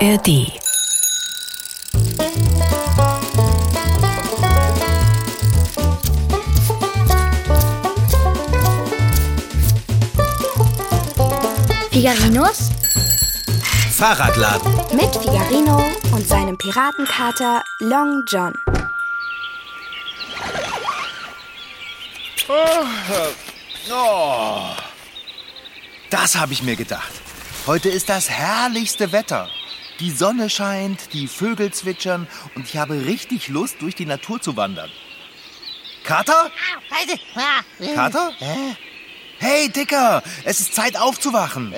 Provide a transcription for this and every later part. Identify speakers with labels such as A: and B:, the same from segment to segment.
A: ARD.
B: Figarinos
C: Fahrradladen.
B: mit Figarino und seinem Piratenkater Long John.
C: Oh, das habe ich mir gedacht. Heute ist das herrlichste Wetter. Die Sonne scheint, die Vögel zwitschern und ich habe richtig Lust, durch die Natur zu wandern. Kater?
D: Äh,
C: Kater? Hey, Dicker, es ist Zeit aufzuwachen.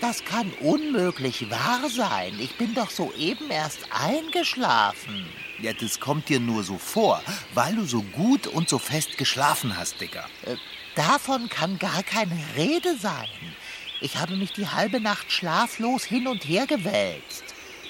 D: Das kann unmöglich wahr sein. Ich bin doch soeben erst eingeschlafen.
C: Ja, das kommt dir nur so vor, weil du so gut und so fest geschlafen hast, Dicker.
D: Äh, Davon kann gar keine Rede sein. Ich habe mich die halbe Nacht schlaflos hin und her gewälzt.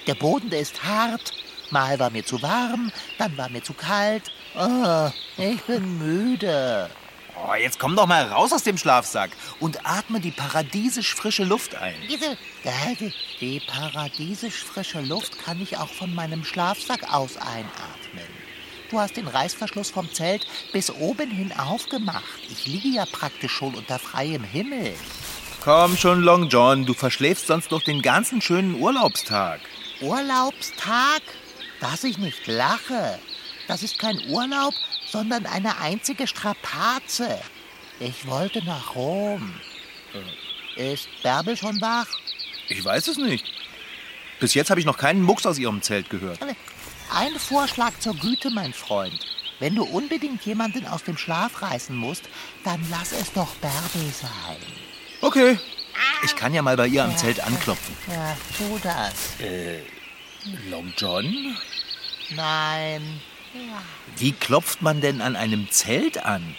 D: Der Boden der ist hart. Mal war mir zu warm, dann war mir zu kalt. Oh, ich bin müde.
C: Oh, jetzt komm doch mal raus aus dem Schlafsack und atme die paradiesisch frische Luft ein.
D: Diese, äh, die- die paradiesisch frische Luft kann ich auch von meinem Schlafsack aus einatmen. Du hast den Reißverschluss vom Zelt bis oben hin aufgemacht. Ich liege ja praktisch schon unter freiem Himmel.
C: Komm schon, Long John, du verschläfst sonst noch den ganzen schönen Urlaubstag.
D: Urlaubstag? Dass ich nicht lache. Das ist kein Urlaub, sondern eine einzige Strapaze. Ich wollte nach Rom. Äh, Ist Bärbel schon wach?
C: Ich weiß es nicht. Bis jetzt habe ich noch keinen Mucks aus ihrem Zelt gehört.
D: Äh, Ein Vorschlag zur Güte, mein Freund. Wenn du unbedingt jemanden aus dem Schlaf reißen musst, dann lass es doch Bärbel sein.
C: Okay. Ich kann ja mal bei ihr am Zelt anklopfen.
D: Ja, tu das.
C: Long John?
D: Nein.
C: Wie klopft man denn an einem Zelt an?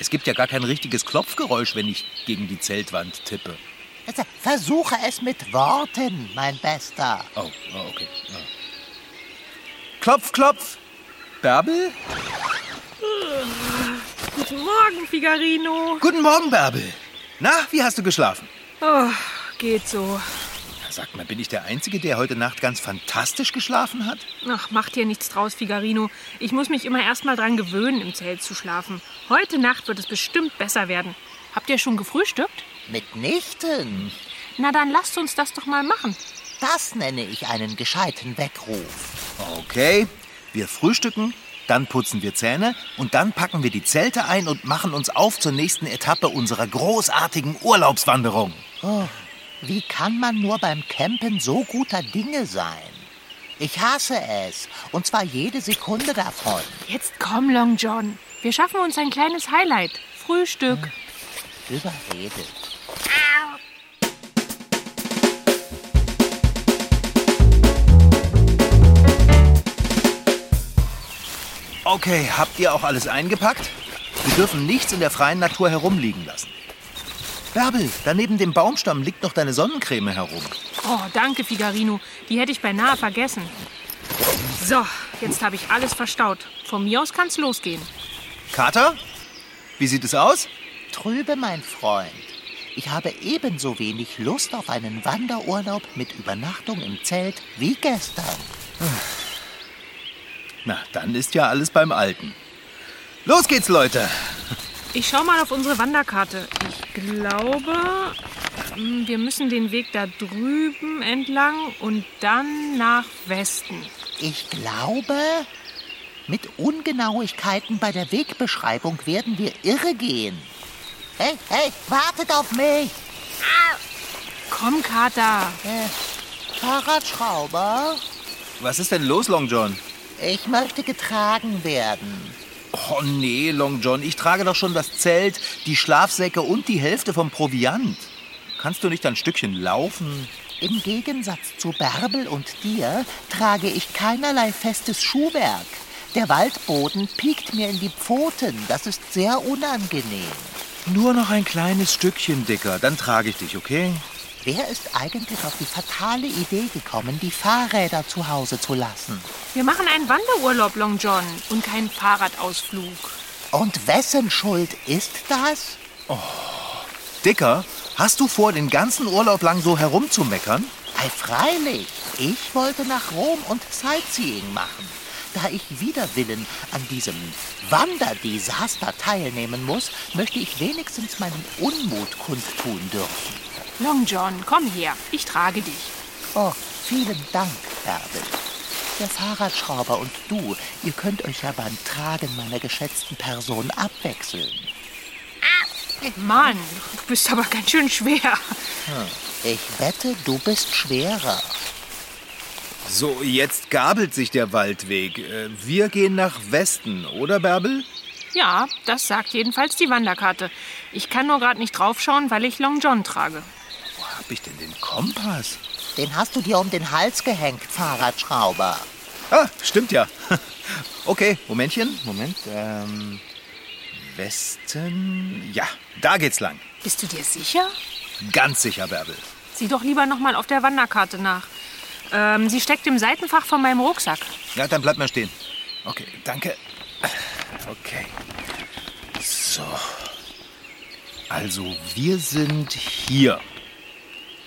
C: Es gibt ja gar kein richtiges Klopfgeräusch, wenn ich gegen die Zeltwand tippe.
D: Also, Versuche es mit Worten, mein Bester.
C: Oh, oh, okay. Ja. Klopf, klopf! Bärbel?
E: Guten Morgen, Figarino.
C: Guten Morgen, Bärbel. Na, wie hast du geschlafen?
E: Oh, geht so.
C: Sag mal, bin ich der Einzige, der heute Nacht ganz fantastisch geschlafen hat?
E: Ach, mach dir nichts draus, Figarino. Ich muss mich immer erst mal dran gewöhnen, im Zelt zu schlafen. Heute Nacht wird es bestimmt besser werden. Habt ihr schon gefrühstückt?
D: Mitnichten.
E: Na, dann lasst uns das doch mal machen.
D: Das nenne ich einen gescheiten Weckruf.
C: Okay, wir frühstücken, dann putzen wir Zähne und dann packen wir die Zelte ein und machen uns auf zur nächsten Etappe unserer großartigen Urlaubswanderung.
D: Wie kann man nur beim Campen so guter Dinge sein? Ich hasse es. Und zwar jede Sekunde davon.
E: Jetzt komm, Long John. Wir schaffen uns ein kleines Highlight. Frühstück.
D: Überredet.
C: Okay, habt ihr auch alles eingepackt? Wir dürfen nichts in der freien Natur herumliegen lassen. Bärbel, da neben dem Baumstamm liegt noch deine Sonnencreme herum.
E: Oh, danke, Figarino. Die hätte ich beinahe vergessen. So, jetzt habe ich alles verstaut. Von mir aus kann's losgehen.
C: Kater, wie sieht es aus?
D: Trübe, mein Freund. Ich habe ebenso wenig Lust auf einen Wanderurlaub mit Übernachtung im Zelt wie gestern.
C: Na, dann ist ja alles beim Alten. Los geht's, Leute!
E: Ich schau mal auf unsere Wanderkarte. Ich glaube, hm, wir müssen den Weg da drüben entlang und dann nach Westen.
D: Ich glaube, mit Ungenauigkeiten bei der Wegbeschreibung werden wir irre gehen. Hey, hey, wartet auf mich!
E: Komm, Kater.
D: Äh, Fahrradschrauber,
C: Was ist denn los, Long John?
D: ich möchte getragen werden.
C: Oh nee, Long John, ich trage doch schon das Zelt, die Schlafsäcke und die Hälfte vom Proviant. Kannst du nicht ein Stückchen laufen?
D: Im Gegensatz zu Bärbel und dir trage ich keinerlei festes Schuhwerk. Der Waldboden piekt mir in die Pfoten. Das ist sehr unangenehm.
C: Nur noch ein kleines Stückchen, Dicker, dann trage ich dich, okay?
D: Wer ist eigentlich auf die fatale Idee gekommen, die Fahrräder zu Hause zu lassen?
E: Wir machen einen Wanderurlaub, Long John, und keinen Fahrradausflug.
D: Und wessen Schuld ist das?
C: Dicker, hast du vor, den ganzen Urlaub lang so herumzumeckern?
D: Ei, freilich. Ich wollte nach Rom und Sightseeing machen. Da ich widerwillen an diesem Wanderdesaster teilnehmen muss, möchte ich wenigstens meinen Unmut kundtun dürfen.
E: Long John, komm her, ich trage dich.
D: Oh, vielen Dank, Bärbel. Der Fahrradschrauber und du, ihr könnt euch ja beim Tragen meiner geschätzten Person abwechseln.
E: Mann, du bist aber ganz schön schwer.
D: Ich wette, du bist schwerer.
C: So, jetzt gabelt sich der Waldweg. Äh, Wir gehen nach Westen, oder Bärbel?
E: Ja, das sagt jedenfalls die Wanderkarte. Ich kann nur gerade nicht draufschauen, weil ich Long John trage.
C: Wo hab ich denn den Kompass?
D: Den hast du dir um den Hals gehängt, Fahrradschrauber.
C: Ah, stimmt ja. Okay, Momentchen, Moment. Ähm, Westen. Ja, da geht's lang.
E: Bist du dir sicher?
C: Ganz sicher, Bärbel.
E: Sieh doch lieber nochmal auf der Wanderkarte nach. Ähm, sie steckt im Seitenfach von meinem Rucksack.
C: Ja, dann bleib mal stehen. Okay, danke. Okay. So. Also, wir sind hier.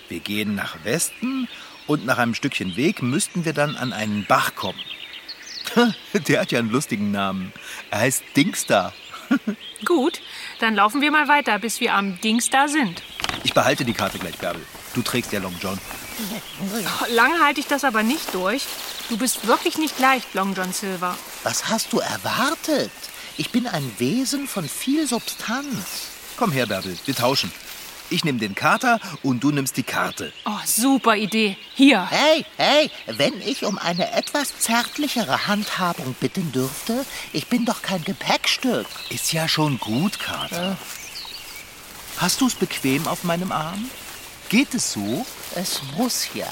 C: Wir gehen nach Westen und nach einem Stückchen Weg müssten wir dann an einen Bach kommen. Der hat ja einen lustigen Namen. Er heißt Dingster.
E: Gut, dann laufen wir mal weiter, bis wir am Dings da sind.
C: Ich behalte die Karte gleich, Bärbel. Du trägst ja Long John.
E: Oh, Lange halte ich das aber nicht durch. Du bist wirklich nicht leicht, Long John Silver.
D: Was hast du erwartet? Ich bin ein Wesen von viel Substanz.
C: Komm her, Bärbel, wir tauschen. Ich nehme den Kater und du nimmst die Karte.
E: Oh, super Idee. Hier.
D: Hey, hey, wenn ich um eine etwas zärtlichere Handhabung bitten dürfte, ich bin doch kein Gepäckstück.
C: Ist ja schon gut, Kater. Hast du es bequem auf meinem Arm? Geht es so?
D: Es muss ja.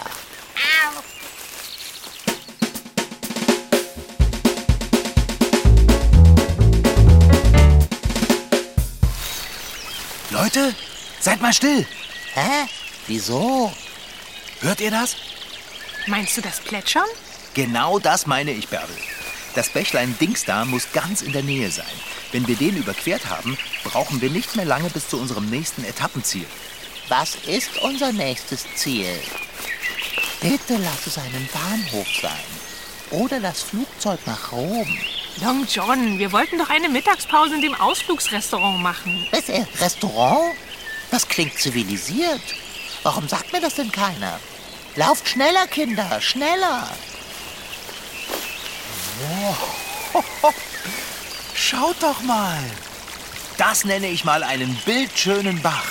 C: Leute, seid mal still.
D: Hä? Wieso?
C: Hört ihr das?
E: Meinst du das Plätschern?
C: Genau das meine ich, Bärbel. Das Bächlein Dingsda muss ganz in der Nähe sein. Wenn wir den überquert haben, brauchen wir nicht mehr lange bis zu unserem nächsten Etappenziel.
D: Was ist unser nächstes Ziel? Bitte lass es einen Bahnhof sein. Oder das Flugzeug nach Rom.
E: Long John, wir wollten doch eine Mittagspause in dem Ausflugsrestaurant machen.
D: Was, äh, Restaurant? Das klingt zivilisiert. Warum sagt mir das denn keiner? Lauft schneller, Kinder, schneller.
C: Schaut doch mal. Das nenne ich mal einen bildschönen Bach.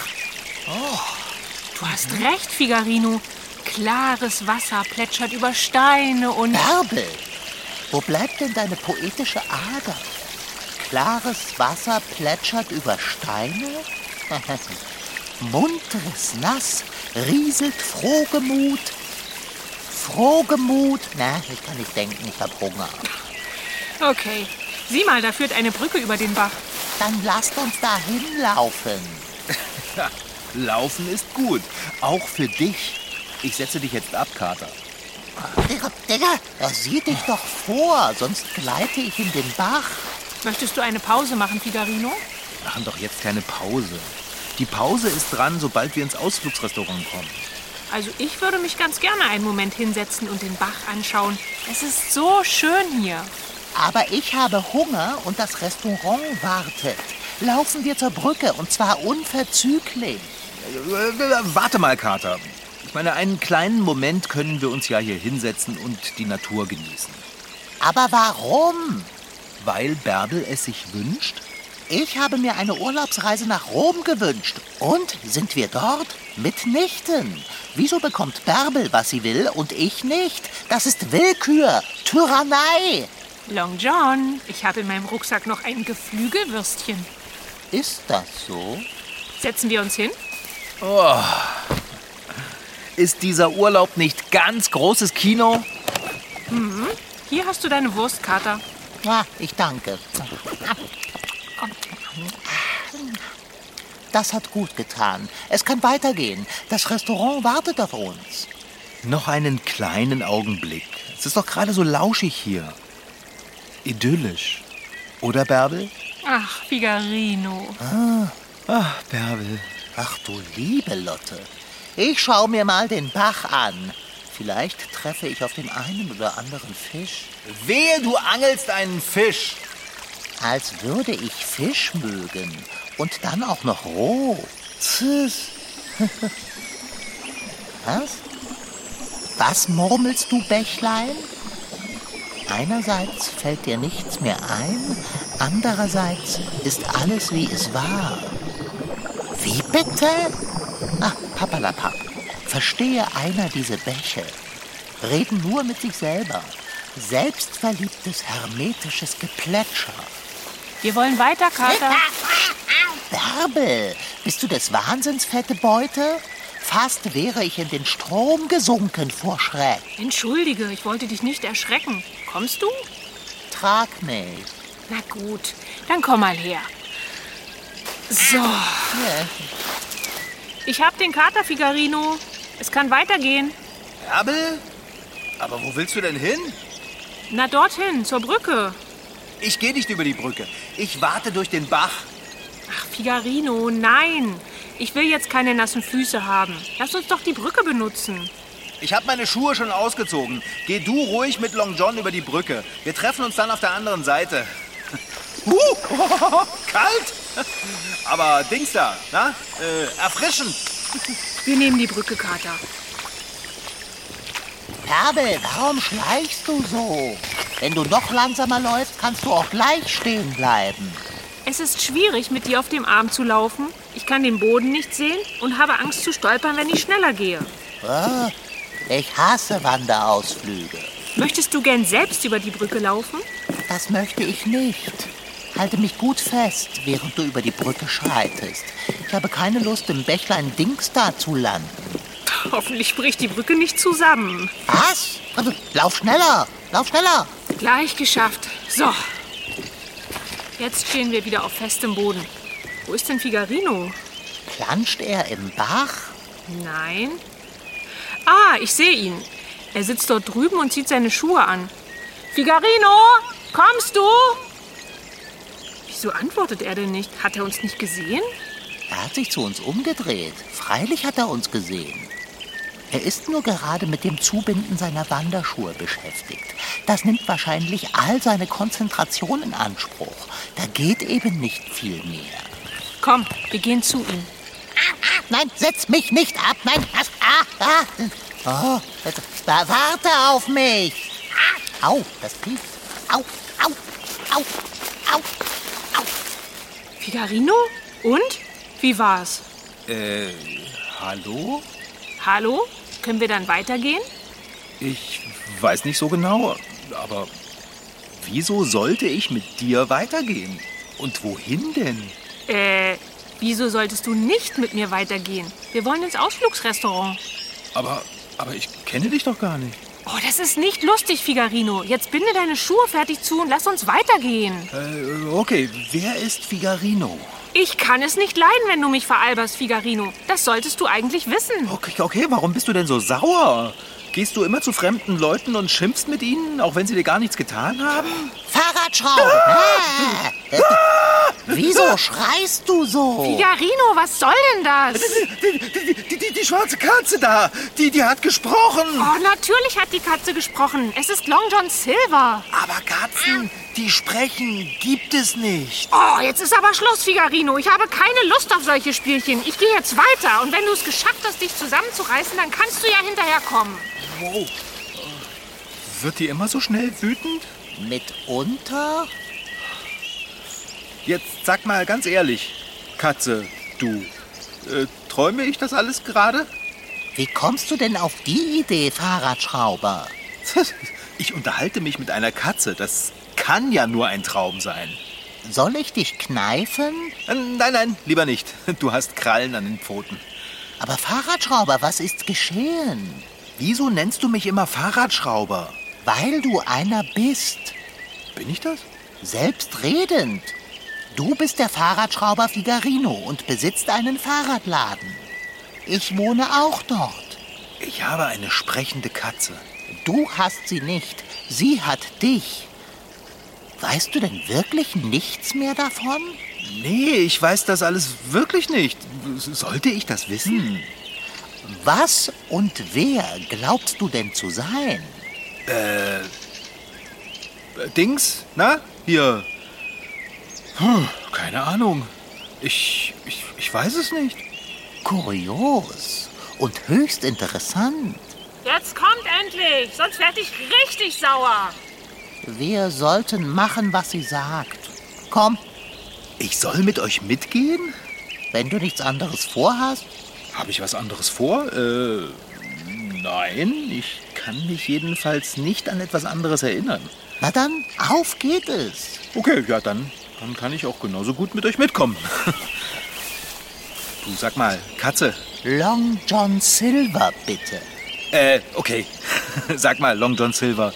E: Du hast recht, Figarino. Klares Wasser plätschert über Steine und...
D: Bärbel, wo bleibt denn deine poetische Ader? Klares Wasser plätschert über Steine? Munteres Nass rieselt Frohgemut. Frohgemut? Na, ich kann nicht denken, ich hab Hunger.
E: Okay. Sieh mal, da führt eine Brücke über den Bach.
D: Dann lasst uns da hinlaufen.
C: Ha, Laufen ist gut. Auch für dich. Ich setze dich jetzt ab, Kater.
D: Digga, Digga, da sieh dich doch vor, sonst gleite ich in den Bach.
E: Möchtest du eine Pause machen, Figarino?
C: Machen doch jetzt keine Pause. Die Pause ist dran, sobald wir ins Ausflugsrestaurant kommen.
E: Also ich würde mich ganz gerne einen Moment hinsetzen und den Bach anschauen. Es ist so schön hier.
D: Aber ich habe Hunger und das Restaurant wartet. Laufen wir zur Brücke und zwar unverzüglich.
C: Äh, Warte mal, Kater. Ich meine, einen kleinen Moment können wir uns ja hier hinsetzen und die Natur genießen.
D: Aber warum?
C: Weil Bärbel es sich wünscht?
D: Ich habe mir eine Urlaubsreise nach Rom gewünscht. Und sind wir dort? Mitnichten. Wieso bekommt Bärbel, was sie will und ich nicht? Das ist Willkür, Tyrannei.
E: Long John, ich habe in meinem Rucksack noch ein Geflügelwürstchen.
D: Ist das so?
E: Setzen wir uns hin?
C: Ist dieser Urlaub nicht ganz großes Kino?
E: Hier hast du deine Wurstkater.
D: Ja, ich danke. Das hat gut getan. Es kann weitergehen. Das Restaurant wartet auf uns.
C: Noch einen kleinen Augenblick. Es ist doch gerade so lauschig hier. Idyllisch. Oder, Bärbel?
E: Ach, Figarino.
C: Ach, Bärbel.
D: Ach du liebe Lotte. Ich schau mir mal den Bach an. Vielleicht treffe ich auf den einen oder anderen Fisch.
C: Wehe, du angelst einen Fisch.
D: Als würde ich Fisch mögen. Und dann auch noch roh. Tschüss. Was? Was murmelst du, Bächlein? Einerseits fällt dir nichts mehr ein, andererseits ist alles, wie es war. Wie bitte? Ach, papalapap. Verstehe einer diese Bäche. Reden nur mit sich selber. Selbstverliebtes, hermetisches Geplätscher.
E: Wir wollen weiter, Kater.
D: Bärbel, bist du des Wahnsinns fette Beute? Fast wäre ich in den Strom gesunken vor Schreck.
E: Entschuldige, ich wollte dich nicht erschrecken. Kommst du?
D: Trag mich.
E: Na gut, dann komm mal her. So, ich hab den Kater, Figarino. Es kann weitergehen.
C: Bärbel? Aber wo willst du denn hin?
E: Na, dorthin, zur Brücke.
C: Ich gehe nicht über die Brücke. Ich warte durch den Bach.
E: Ach, Figarino, nein. Ich will jetzt keine nassen Füße haben. Lass uns doch die Brücke benutzen.
C: Ich habe meine Schuhe schon ausgezogen. Geh du ruhig mit Long John über die Brücke. Wir treffen uns dann auf der anderen Seite. Huh, kalt! Aber Dings da, na? Äh, erfrischend.
E: Wir nehmen die Brücke, Kater.
D: Bärbel, warum schleichst du so? Wenn du noch langsamer läufst, kannst du auch gleich stehen bleiben.
E: Es ist schwierig, mit dir auf dem Arm zu laufen. Ich kann den Boden nicht sehen und habe Angst zu stolpern, wenn ich schneller gehe.
D: Ah, Ich hasse Wanderausflüge.
E: Möchtest du gern selbst über die Brücke laufen?
D: Das möchte ich nicht. Halte mich gut fest, während du über die Brücke schreitest. Ich habe keine Lust, im Bächlein Dings da zu landen.
E: Hoffentlich bricht die Brücke nicht zusammen.
D: Was? Also, Lauf schneller! Lauf schneller!
E: Gleich geschafft. So. Jetzt stehen wir wieder auf festem Boden. Wo ist denn Figarino?
D: Planscht er im Bach?
E: Nein. Ah, ich sehe ihn. Er sitzt dort drüben und zieht seine Schuhe an. Figarino, kommst du? Wieso antwortet er denn nicht? Hat er uns nicht gesehen?
D: Er hat sich zu uns umgedreht. Freilich hat er uns gesehen. Er ist nur gerade mit dem Zubinden seiner Wanderschuhe beschäftigt. Das nimmt wahrscheinlich all seine Konzentration in Anspruch. Da geht eben nicht viel mehr.
E: Komm, wir gehen zu ihm.
D: Nein, setz mich nicht ab. Nein, was? Ah, ah. Oh, jetzt, wa- warte auf mich. Au, das piepst. Au, au, au, au, au.
E: Figarino? Und? Wie war's?
C: Äh, hallo?
E: Hallo? Können wir dann weitergehen?
C: Ich weiß nicht so genau, aber wieso sollte ich mit dir weitergehen? Und wohin denn?
E: Äh, wieso solltest du nicht mit mir weitergehen? Wir wollen ins Ausflugsrestaurant.
C: Aber, aber ich kenne dich doch gar nicht.
E: Oh, das ist nicht lustig, Figarino. Jetzt binde deine Schuhe fertig zu und lass uns weitergehen.
C: Äh, okay, wer ist Figarino?
E: Ich kann es nicht leiden, wenn du mich veralberst, Figarino. Das solltest du eigentlich wissen.
C: Okay, okay, warum bist du denn so sauer? Gehst du immer zu fremden Leuten und schimpfst mit ihnen, auch wenn sie dir gar nichts getan haben?
D: Fahrradschrauben. Ah. Wieso schreist du so?
E: Figarino, was soll denn das?
C: Die, die, die, die, die schwarze Katze da, die, die hat gesprochen.
E: Oh, natürlich hat die Katze gesprochen. Es ist Long John Silver.
C: Aber Katzen, die sprechen, gibt es nicht.
E: Oh, jetzt ist aber Schluss, Figarino. Ich habe keine Lust auf solche Spielchen. Ich gehe jetzt weiter. Und wenn du es geschafft hast, dich zusammenzureißen, dann kannst du ja hinterherkommen.
C: Wow. Wird die immer so schnell wütend?
D: Mitunter?
C: Jetzt sag mal ganz ehrlich, Katze, du, äh, träume ich das alles gerade?
D: Wie kommst du denn auf die Idee, Fahrradschrauber?
C: Ich unterhalte mich mit einer Katze, das kann ja nur ein Traum sein.
D: Soll ich dich kneifen?
C: Äh, Nein, nein, lieber nicht. Du hast Krallen an den Pfoten.
D: Aber Fahrradschrauber, was ist geschehen?
C: Wieso nennst du mich immer Fahrradschrauber?
D: Weil du einer bist.
C: Bin ich das?
D: Selbstredend. Du bist der Fahrradschrauber Figarino und besitzt einen Fahrradladen. Ich wohne auch dort.
C: Ich habe eine sprechende Katze.
D: Du hast sie nicht. Sie hat dich. Weißt du denn wirklich nichts mehr davon?
C: Hm. Nee, ich weiß das alles wirklich nicht. Sollte ich das wissen?
D: Was und wer glaubst du denn zu sein?
C: Äh, Dings, na? Hier. Hm, keine Ahnung. Ich, ich, ich weiß es nicht.
D: Kurios und höchst interessant.
E: Jetzt kommt endlich, sonst werde ich richtig sauer.
D: Wir sollten machen, was sie sagt. Komm,
C: Ich soll mit euch mitgehen?
D: wenn du nichts anderes vorhast,
C: Habe ich was anderes vor? Äh, nein, ich kann mich jedenfalls nicht an etwas anderes erinnern.
D: na dann auf geht es.
C: Okay, ja, dann, dann kann ich auch genauso gut mit euch mitkommen. Du sag mal, Katze.
D: Long John Silver, bitte.
C: Äh, okay. Sag mal, Long John Silver.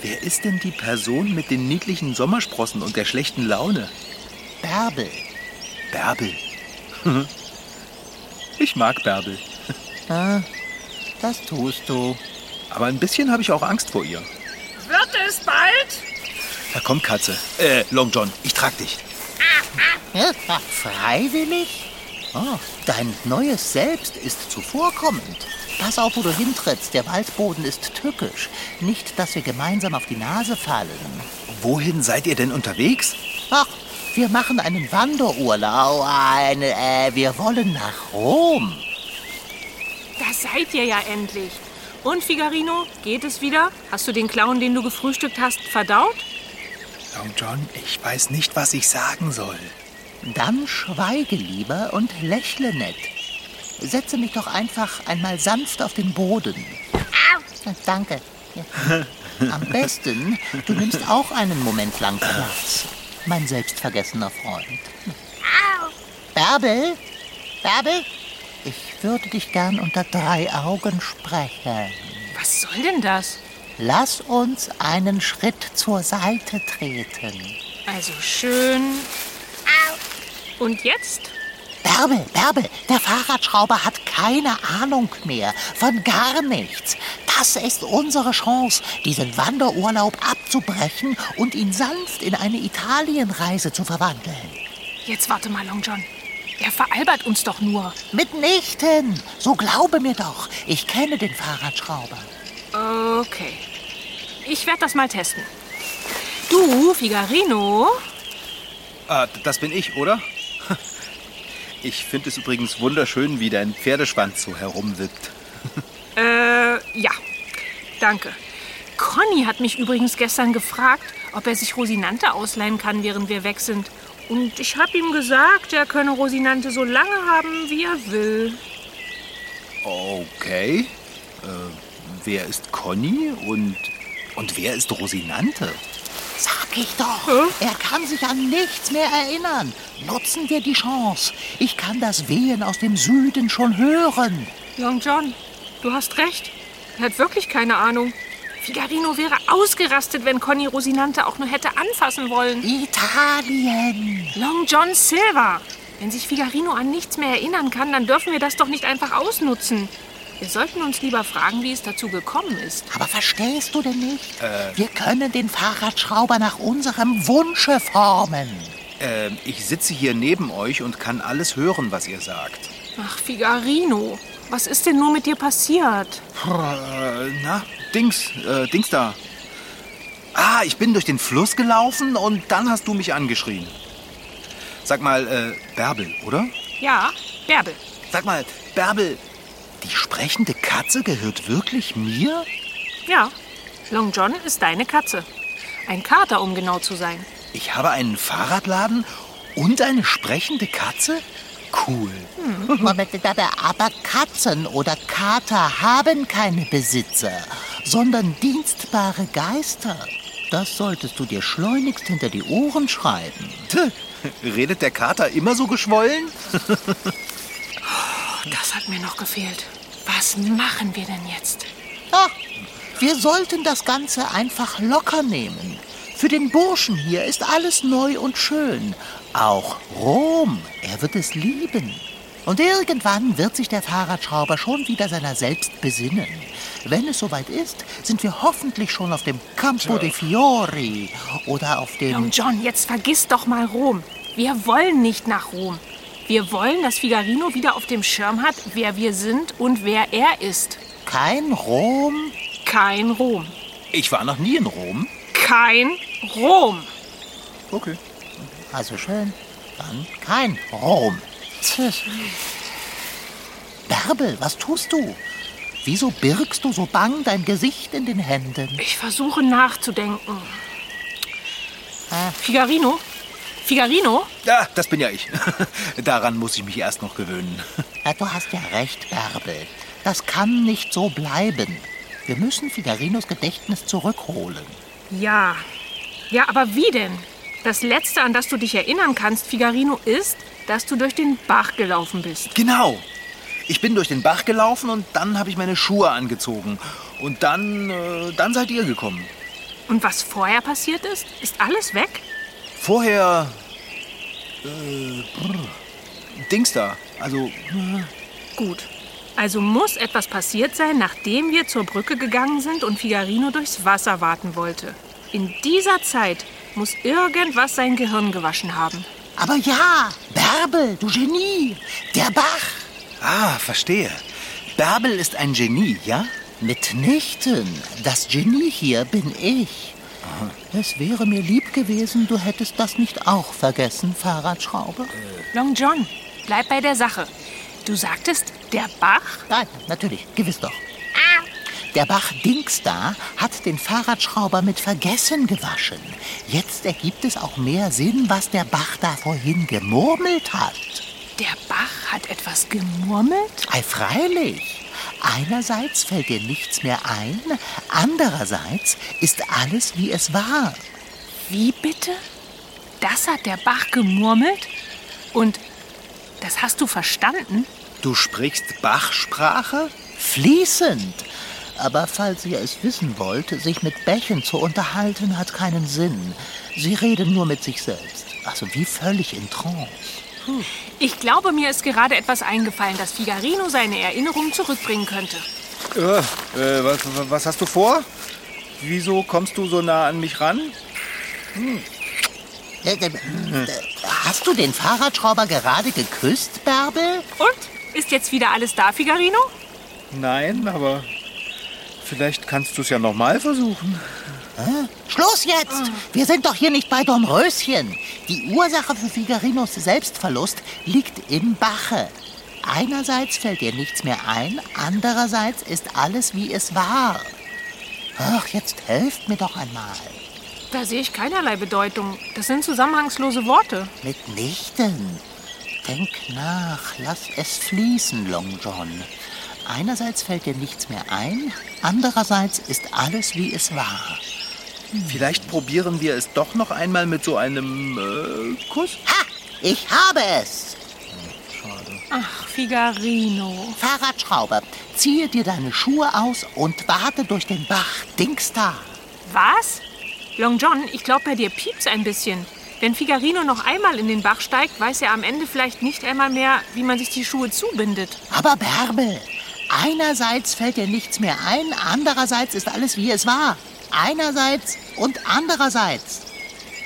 C: Wer ist denn die Person mit den niedlichen Sommersprossen und der schlechten Laune?
D: Bärbel.
C: Bärbel. Ich mag Bärbel.
D: Na, das tust du.
C: Aber ein bisschen habe ich auch Angst vor ihr.
E: Wird es bald?
C: Na komm, Katze. Äh, Long John, ich trag dich.
D: Ja, freiwillig? Oh, dein neues Selbst ist zuvorkommend. Pass auf, wo du hintrittst. Der Waldboden ist tückisch. Nicht, dass wir gemeinsam auf die Nase fallen.
C: Wohin seid ihr denn unterwegs?
D: Ach, wir machen einen Wanderurlaub. Eine, äh, wir wollen nach Rom.
E: Da seid ihr ja endlich. Und Figarino, geht es wieder? Hast du den Clown, den du gefrühstückt hast, verdaut?
C: Long John, ich weiß nicht, was ich sagen soll.
D: Dann schweige lieber und lächle nett. Setze mich doch einfach einmal sanft auf den Boden. Danke. Am besten, du nimmst auch einen Moment lang Platz, mein selbstvergessener Freund. Bärbel? Bärbel? Ich würde dich gern unter drei Augen sprechen.
E: Was soll denn das?
D: Lass uns einen Schritt zur Seite treten.
E: Also schön. Und jetzt?
D: Bärbel, Bärbel, der Fahrradschrauber hat keine Ahnung mehr von gar nichts. Das ist unsere Chance, diesen Wanderurlaub abzubrechen und ihn sanft in eine Italienreise zu verwandeln.
E: Jetzt warte mal, Long John. Er veralbert uns doch nur.
D: Mitnichten, so glaube mir doch, ich kenne den Fahrradschrauber.
E: Okay. Ich werde das mal testen. Du, Figarino,
C: Ah, d- das bin ich, oder? Ich finde es übrigens wunderschön, wie dein Pferdeschwanz so herumwippt.
E: Äh, ja. Danke. Conny hat mich übrigens gestern gefragt, ob er sich Rosinante ausleihen kann, während wir weg sind. Und ich habe ihm gesagt, er könne Rosinante so lange haben, wie er will.
C: Okay. Äh, wer ist Conny und, und wer ist Rosinante?
D: Sag ich doch, er kann sich an nichts mehr erinnern. Nutzen wir die Chance. Ich kann das Wehen aus dem Süden schon hören.
E: Long John, du hast recht. Er hat wirklich keine Ahnung. Figarino wäre ausgerastet, wenn Conny Rosinante auch nur hätte anfassen wollen.
D: Italien.
E: Long John Silver! Wenn sich Figarino an nichts mehr erinnern kann, dann dürfen wir das doch nicht einfach ausnutzen. Wir sollten uns lieber fragen, wie es dazu gekommen ist.
D: Aber verstehst du denn nicht? Wir können den Fahrradschrauber nach unserem Wunsche formen.
C: Ähm, ich sitze hier neben euch und kann alles hören, was ihr sagt.
E: Ach, Figarino, was ist denn nur mit dir passiert?
C: Äh, na, Dings, äh, Dings da. Ah, ich bin durch den Fluss gelaufen und dann hast du mich angeschrien. Sag mal, äh, Bärbel, oder?
E: Ja, Bärbel.
C: Sag mal, Bärbel, die sprechende Katze gehört wirklich mir?
E: Ja, Long John ist deine Katze. Ein Kater, um genau zu sein.
C: Ich habe einen Fahrradladen und eine sprechende Katze? Cool.
D: Moment, aber Katzen oder Kater haben keine Besitzer, sondern dienstbare Geister. Das solltest du dir schleunigst hinter die Ohren schreiben.
C: Tö, Redet der Kater immer so geschwollen?
E: Das hat mir noch gefehlt. Was machen wir denn jetzt?
D: Ah, wir sollten das Ganze einfach locker nehmen. Für den Burschen hier ist alles neu und schön. Auch Rom, er wird es lieben. Und irgendwann wird sich der Fahrradschrauber schon wieder seiner selbst besinnen. Wenn es soweit ist, sind wir hoffentlich schon auf dem Campo de Fiori oder auf dem...
E: Long John, jetzt vergiss doch mal Rom. Wir wollen nicht nach Rom. Wir wollen, dass Figarino wieder auf dem Schirm hat, wer wir sind und wer er ist.
D: Kein Rom?
E: Kein Rom.
C: Ich war noch nie in Rom.
E: Kein Rom.
C: Okay.
D: Also schön. Dann kein Rom. Bärbel, was tust du? Wieso birgst du so bang dein Gesicht in den Händen?
E: Ich versuche nachzudenken.
D: Ah.
E: Figarino? Figarino?
C: Ja, das bin ja ich. Daran muss ich mich erst noch gewöhnen.
D: Na, du hast ja recht, Bärbel. Das kann nicht so bleiben. Wir müssen Figarinos Gedächtnis zurückholen.
E: Ja. Ja, aber wie denn? Das Letzte, an das du dich erinnern kannst, Figarino, ist, dass du durch den Bach gelaufen bist.
C: Genau. Ich bin durch den Bach gelaufen und dann habe ich meine Schuhe angezogen. Und dann, äh, dann seid ihr gekommen.
E: Und was vorher passiert ist, ist alles weg?
C: Vorher. Äh, brr, Dings da. Also,
E: Gut. Also muss etwas passiert sein, nachdem wir zur Brücke gegangen sind und Figarino durchs Wasser warten wollte. In dieser Zeit muss irgendwas sein Gehirn gewaschen haben.
D: Aber ja, Bärbel, du Genie, der Bach.
C: ah, verstehe. Bärbel ist ein Genie, ja?
D: Mitnichten, das Genie hier bin ich. Es wäre mir lieb gewesen, du hättest das nicht auch vergessen, Fahrradschraube.
E: Long John, bleib bei der Sache. Du sagtest, der Bach?
D: Nein, natürlich, gewiss doch. Der Bach Dings da hat den Fahrradschrauber mit Vergessen gewaschen. Jetzt ergibt es auch mehr Sinn, was der Bach da vorhin gemurmelt hat.
E: Der Bach hat etwas gemurmelt?
D: Ei, freilich. Einerseits fällt dir nichts mehr ein, andererseits ist alles, wie es war.
E: Wie bitte? Das hat der Bach gemurmelt? Und das hast du verstanden?
C: Du sprichst Bachsprache?
D: Fließend. Aber falls ihr es wissen wollt, sich mit Bächen zu unterhalten hat keinen Sinn. Sie reden nur mit sich selbst. Also wie völlig in Trance.
E: Ich glaube, mir ist gerade etwas eingefallen, dass Figarino seine Erinnerung zurückbringen könnte.
C: Äh, äh, was, was hast du vor? Wieso kommst du so nah an mich ran?
D: Äh, äh, äh, Hast du den Fahrradschrauber gerade geküsst, Bärbel?
E: Und? Ist jetzt wieder alles da, Figarino?
C: Nein, aber vielleicht kannst du es ja nochmal versuchen.
D: Schluss jetzt! Wir sind doch hier nicht bei Dornröschen. Die Ursache für Figarinos Selbstverlust liegt im Bache. Einerseits fällt ihr nichts mehr ein, andererseits ist alles, wie es war. Ach, jetzt helft mir doch einmal.
E: Da sehe ich keinerlei Bedeutung. Das sind zusammenhangslose Worte.
D: Mitnichten. Denk nach, lass es fließen, Long John. Einerseits fällt dir nichts mehr ein, andererseits ist alles, wie es war.
C: Vielleicht probieren wir es doch noch einmal mit so einem äh, Kuss?
D: Ha! Ich habe es!
E: Ach, Figarino.
D: Fahrradschrauber, ziehe dir deine Schuhe aus und warte durch den Bach. Dings da.
E: Was? Long John, ich glaube, bei dir piept's ein bisschen. Wenn Figarino noch einmal in den Bach steigt, weiß er am Ende vielleicht nicht einmal mehr, wie man sich die Schuhe zubindet.
D: Aber Bärbel, einerseits fällt dir nichts mehr ein, andererseits ist alles, wie es war. Einerseits und andererseits.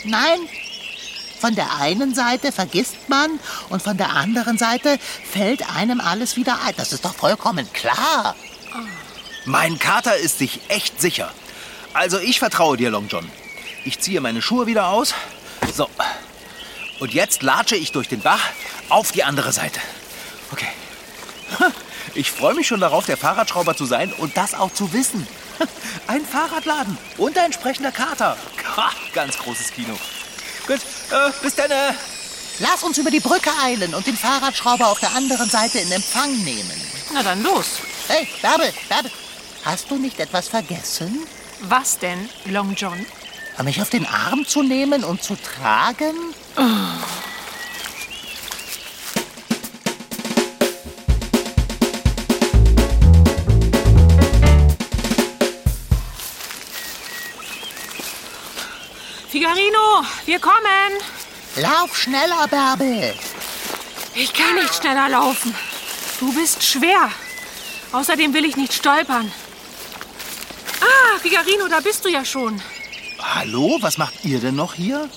D: Nein, von der einen Seite vergisst man und von der anderen Seite fällt einem alles wieder ein. Das ist doch vollkommen klar.
C: Mein Kater ist sich echt sicher. Also ich vertraue dir, Long John. Ich ziehe meine Schuhe wieder aus. So. Und jetzt latsche ich durch den Bach auf die andere Seite. Okay. Ich freue mich schon darauf, der Fahrradschrauber zu sein und das auch zu wissen. Ein Fahrradladen und ein sprechender Kater. Ha, Ganz großes Kino. Gut, äh, bis dann. äh.
D: Lass uns über die Brücke eilen und den Fahrradschrauber auf der anderen Seite in Empfang nehmen.
E: Na dann los.
D: Hey, Bärbel, Bärbel, hast du nicht etwas vergessen?
E: Was denn, Long John?
D: Mich auf den Arm zu nehmen und zu tragen?
E: Figarino, wir kommen.
D: Lauf schneller, Bärbel.
E: Ich kann nicht schneller laufen. Du bist schwer. Außerdem will ich nicht stolpern. Ah, Figarino, da bist du ja schon.
C: Hallo, was macht ihr denn noch hier?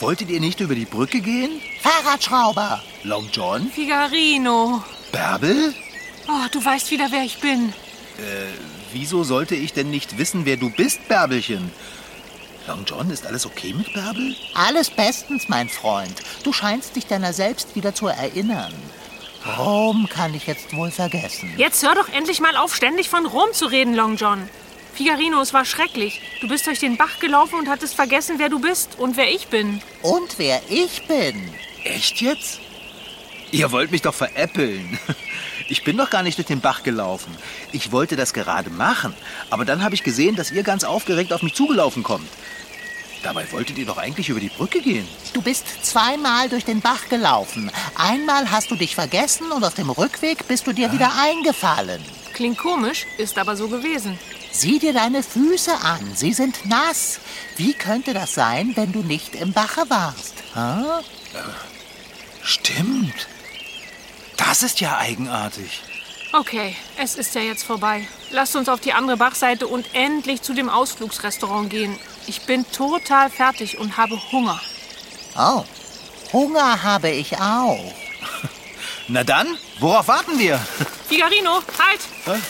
C: Wolltet ihr nicht über die Brücke gehen?
D: Fahrradschrauber.
C: Long John?
E: Figarino.
C: Bärbel?
E: Oh, du weißt wieder, wer ich bin.
C: Wieso sollte ich denn nicht wissen, wer du bist, Bärbelchen? Long John, ist alles okay mit Bärbel?
D: Alles bestens, mein Freund. Du scheinst dich deiner selbst wieder zu erinnern. Rom kann ich jetzt wohl vergessen.
E: Jetzt hör doch endlich mal auf, ständig von Rom zu reden, Long John. Figarino, es war schrecklich. Du bist durch den Bach gelaufen und hattest vergessen, wer du bist und wer ich bin.
D: Und wer ich bin.
C: Echt jetzt? Ihr wollt mich doch veräppeln. Ich bin doch gar nicht durch den Bach gelaufen. Ich wollte das gerade machen, aber dann habe ich gesehen, dass ihr ganz aufgeregt auf mich zugelaufen kommt. Dabei wolltet ihr doch eigentlich über die Brücke gehen.
D: Du bist zweimal durch den Bach gelaufen. Einmal hast du dich vergessen und auf dem Rückweg bist du dir wieder eingefallen.
E: Klingt komisch, ist aber so gewesen.
D: Sieh dir deine Füße an, sie sind nass. Wie könnte das sein, wenn du nicht im Bache warst? Hä?
C: Stimmt. Das ist ja eigenartig.
E: Okay, es ist ja jetzt vorbei. Lasst uns auf die andere Bachseite und endlich zu dem Ausflugsrestaurant gehen. Ich bin total fertig und habe Hunger.
D: Oh, Hunger habe ich auch.
C: Na dann, worauf warten wir?
E: Figarino, halt!
C: Hä?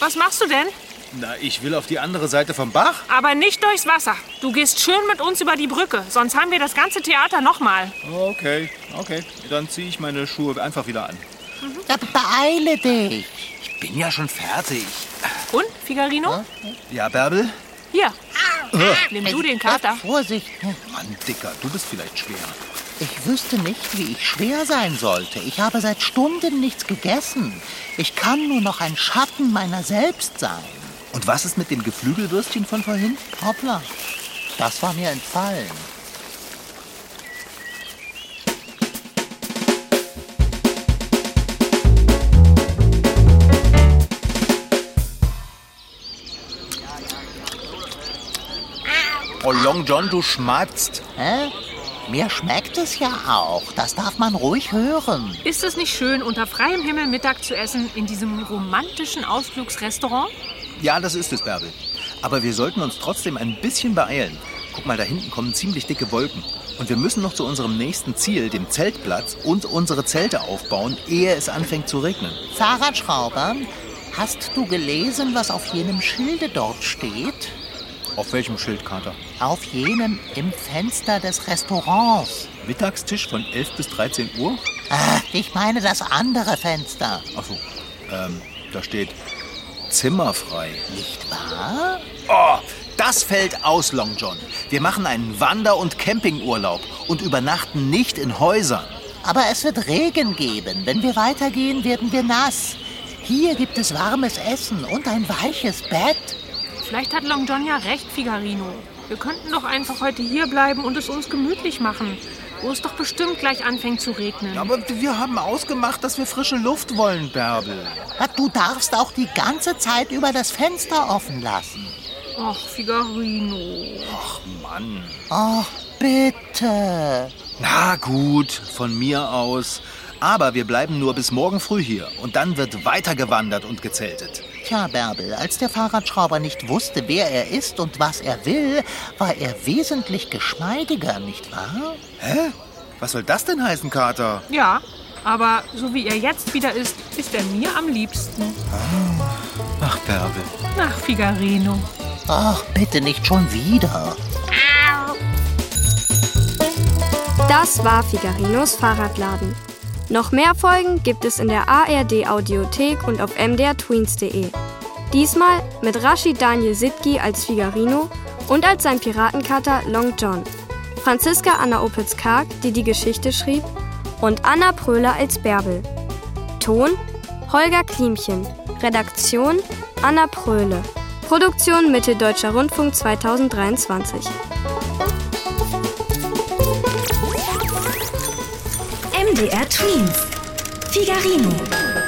E: Was machst du denn?
C: Na, ich will auf die andere Seite vom Bach.
E: Aber nicht durchs Wasser. Du gehst schön mit uns über die Brücke, sonst haben wir das ganze Theater nochmal.
C: Okay, okay. Dann ziehe ich meine Schuhe einfach wieder an.
D: Ja, Beeile dich.
C: Ich bin ja schon fertig.
E: Und, Figarino?
C: Ja, Bärbel?
E: Hier. Nimm du den Kater.
D: Äh, Vorsicht.
C: Mann, Dicker, du bist vielleicht schwer.
D: Ich wüsste nicht, wie ich schwer sein sollte. Ich habe seit Stunden nichts gegessen. Ich kann nur noch ein Schatten meiner selbst sein.
C: Und was ist mit dem Geflügelwürstchen von vorhin?
D: Hoppla, das war mir entfallen.
C: Oh, Long John, du schmatzt.
D: Hä? Mir schmeckt es ja auch. Das darf man ruhig hören.
E: Ist es nicht schön, unter freiem Himmel Mittag zu essen in diesem romantischen Ausflugsrestaurant?
C: Ja, das ist es, Bärbel. Aber wir sollten uns trotzdem ein bisschen beeilen. Guck mal, da hinten kommen ziemlich dicke Wolken. Und wir müssen noch zu unserem nächsten Ziel, dem Zeltplatz, und unsere Zelte aufbauen, ehe es anfängt zu regnen.
D: Fahrradschrauber, hast du gelesen, was auf jenem Schilde dort steht?
C: Auf welchem Schildkater?
D: Auf jenem im Fenster des Restaurants.
C: Mittagstisch von 11 bis 13 Uhr?
D: Ah, ich meine das andere Fenster.
C: Achso, ähm, da steht zimmerfrei.
D: Nicht wahr?
C: Oh, das fällt aus, Long John. Wir machen einen Wander- und Campingurlaub und übernachten nicht in Häusern.
D: Aber es wird Regen geben. Wenn wir weitergehen, werden wir nass. Hier gibt es warmes Essen und ein weiches Bett.
E: Vielleicht hat Long John ja recht, Figarino. Wir könnten doch einfach heute hier bleiben und es uns gemütlich machen, wo es doch bestimmt gleich anfängt zu regnen.
C: Aber wir haben ausgemacht, dass wir frische Luft wollen, Bärbel.
D: Ah, Du darfst auch die ganze Zeit über das Fenster offen lassen.
E: Ach, Figarino.
C: Mann.
D: Oh, bitte.
C: Na gut, von mir aus. Aber wir bleiben nur bis morgen früh hier und dann wird weitergewandert und gezeltet.
D: Tja, Bärbel, als der Fahrradschrauber nicht wusste, wer er ist und was er will, war er wesentlich geschmeidiger, nicht wahr?
C: Hä? Was soll das denn heißen, Kater?
E: Ja, aber so wie er jetzt wieder ist, ist er mir am liebsten.
C: Ach, Bärbel.
E: Ach, Figarino.
D: Ach, bitte nicht schon wieder.
B: Das war Figarinos Fahrradladen. Noch mehr Folgen gibt es in der ARD Audiothek und auf mdrtweens.de. E. Diesmal mit Rashid Daniel Sitki als Figarino und als sein Piratenkater Long John. Franziska Anna Opitz-Karg, die die Geschichte schrieb, und Anna Pröhler als Bärbel. Ton Holger Klimchen. Redaktion Anna Pröhle. Produktion Mitteldeutscher Rundfunk 2023.
A: MDR Twins. Figarino.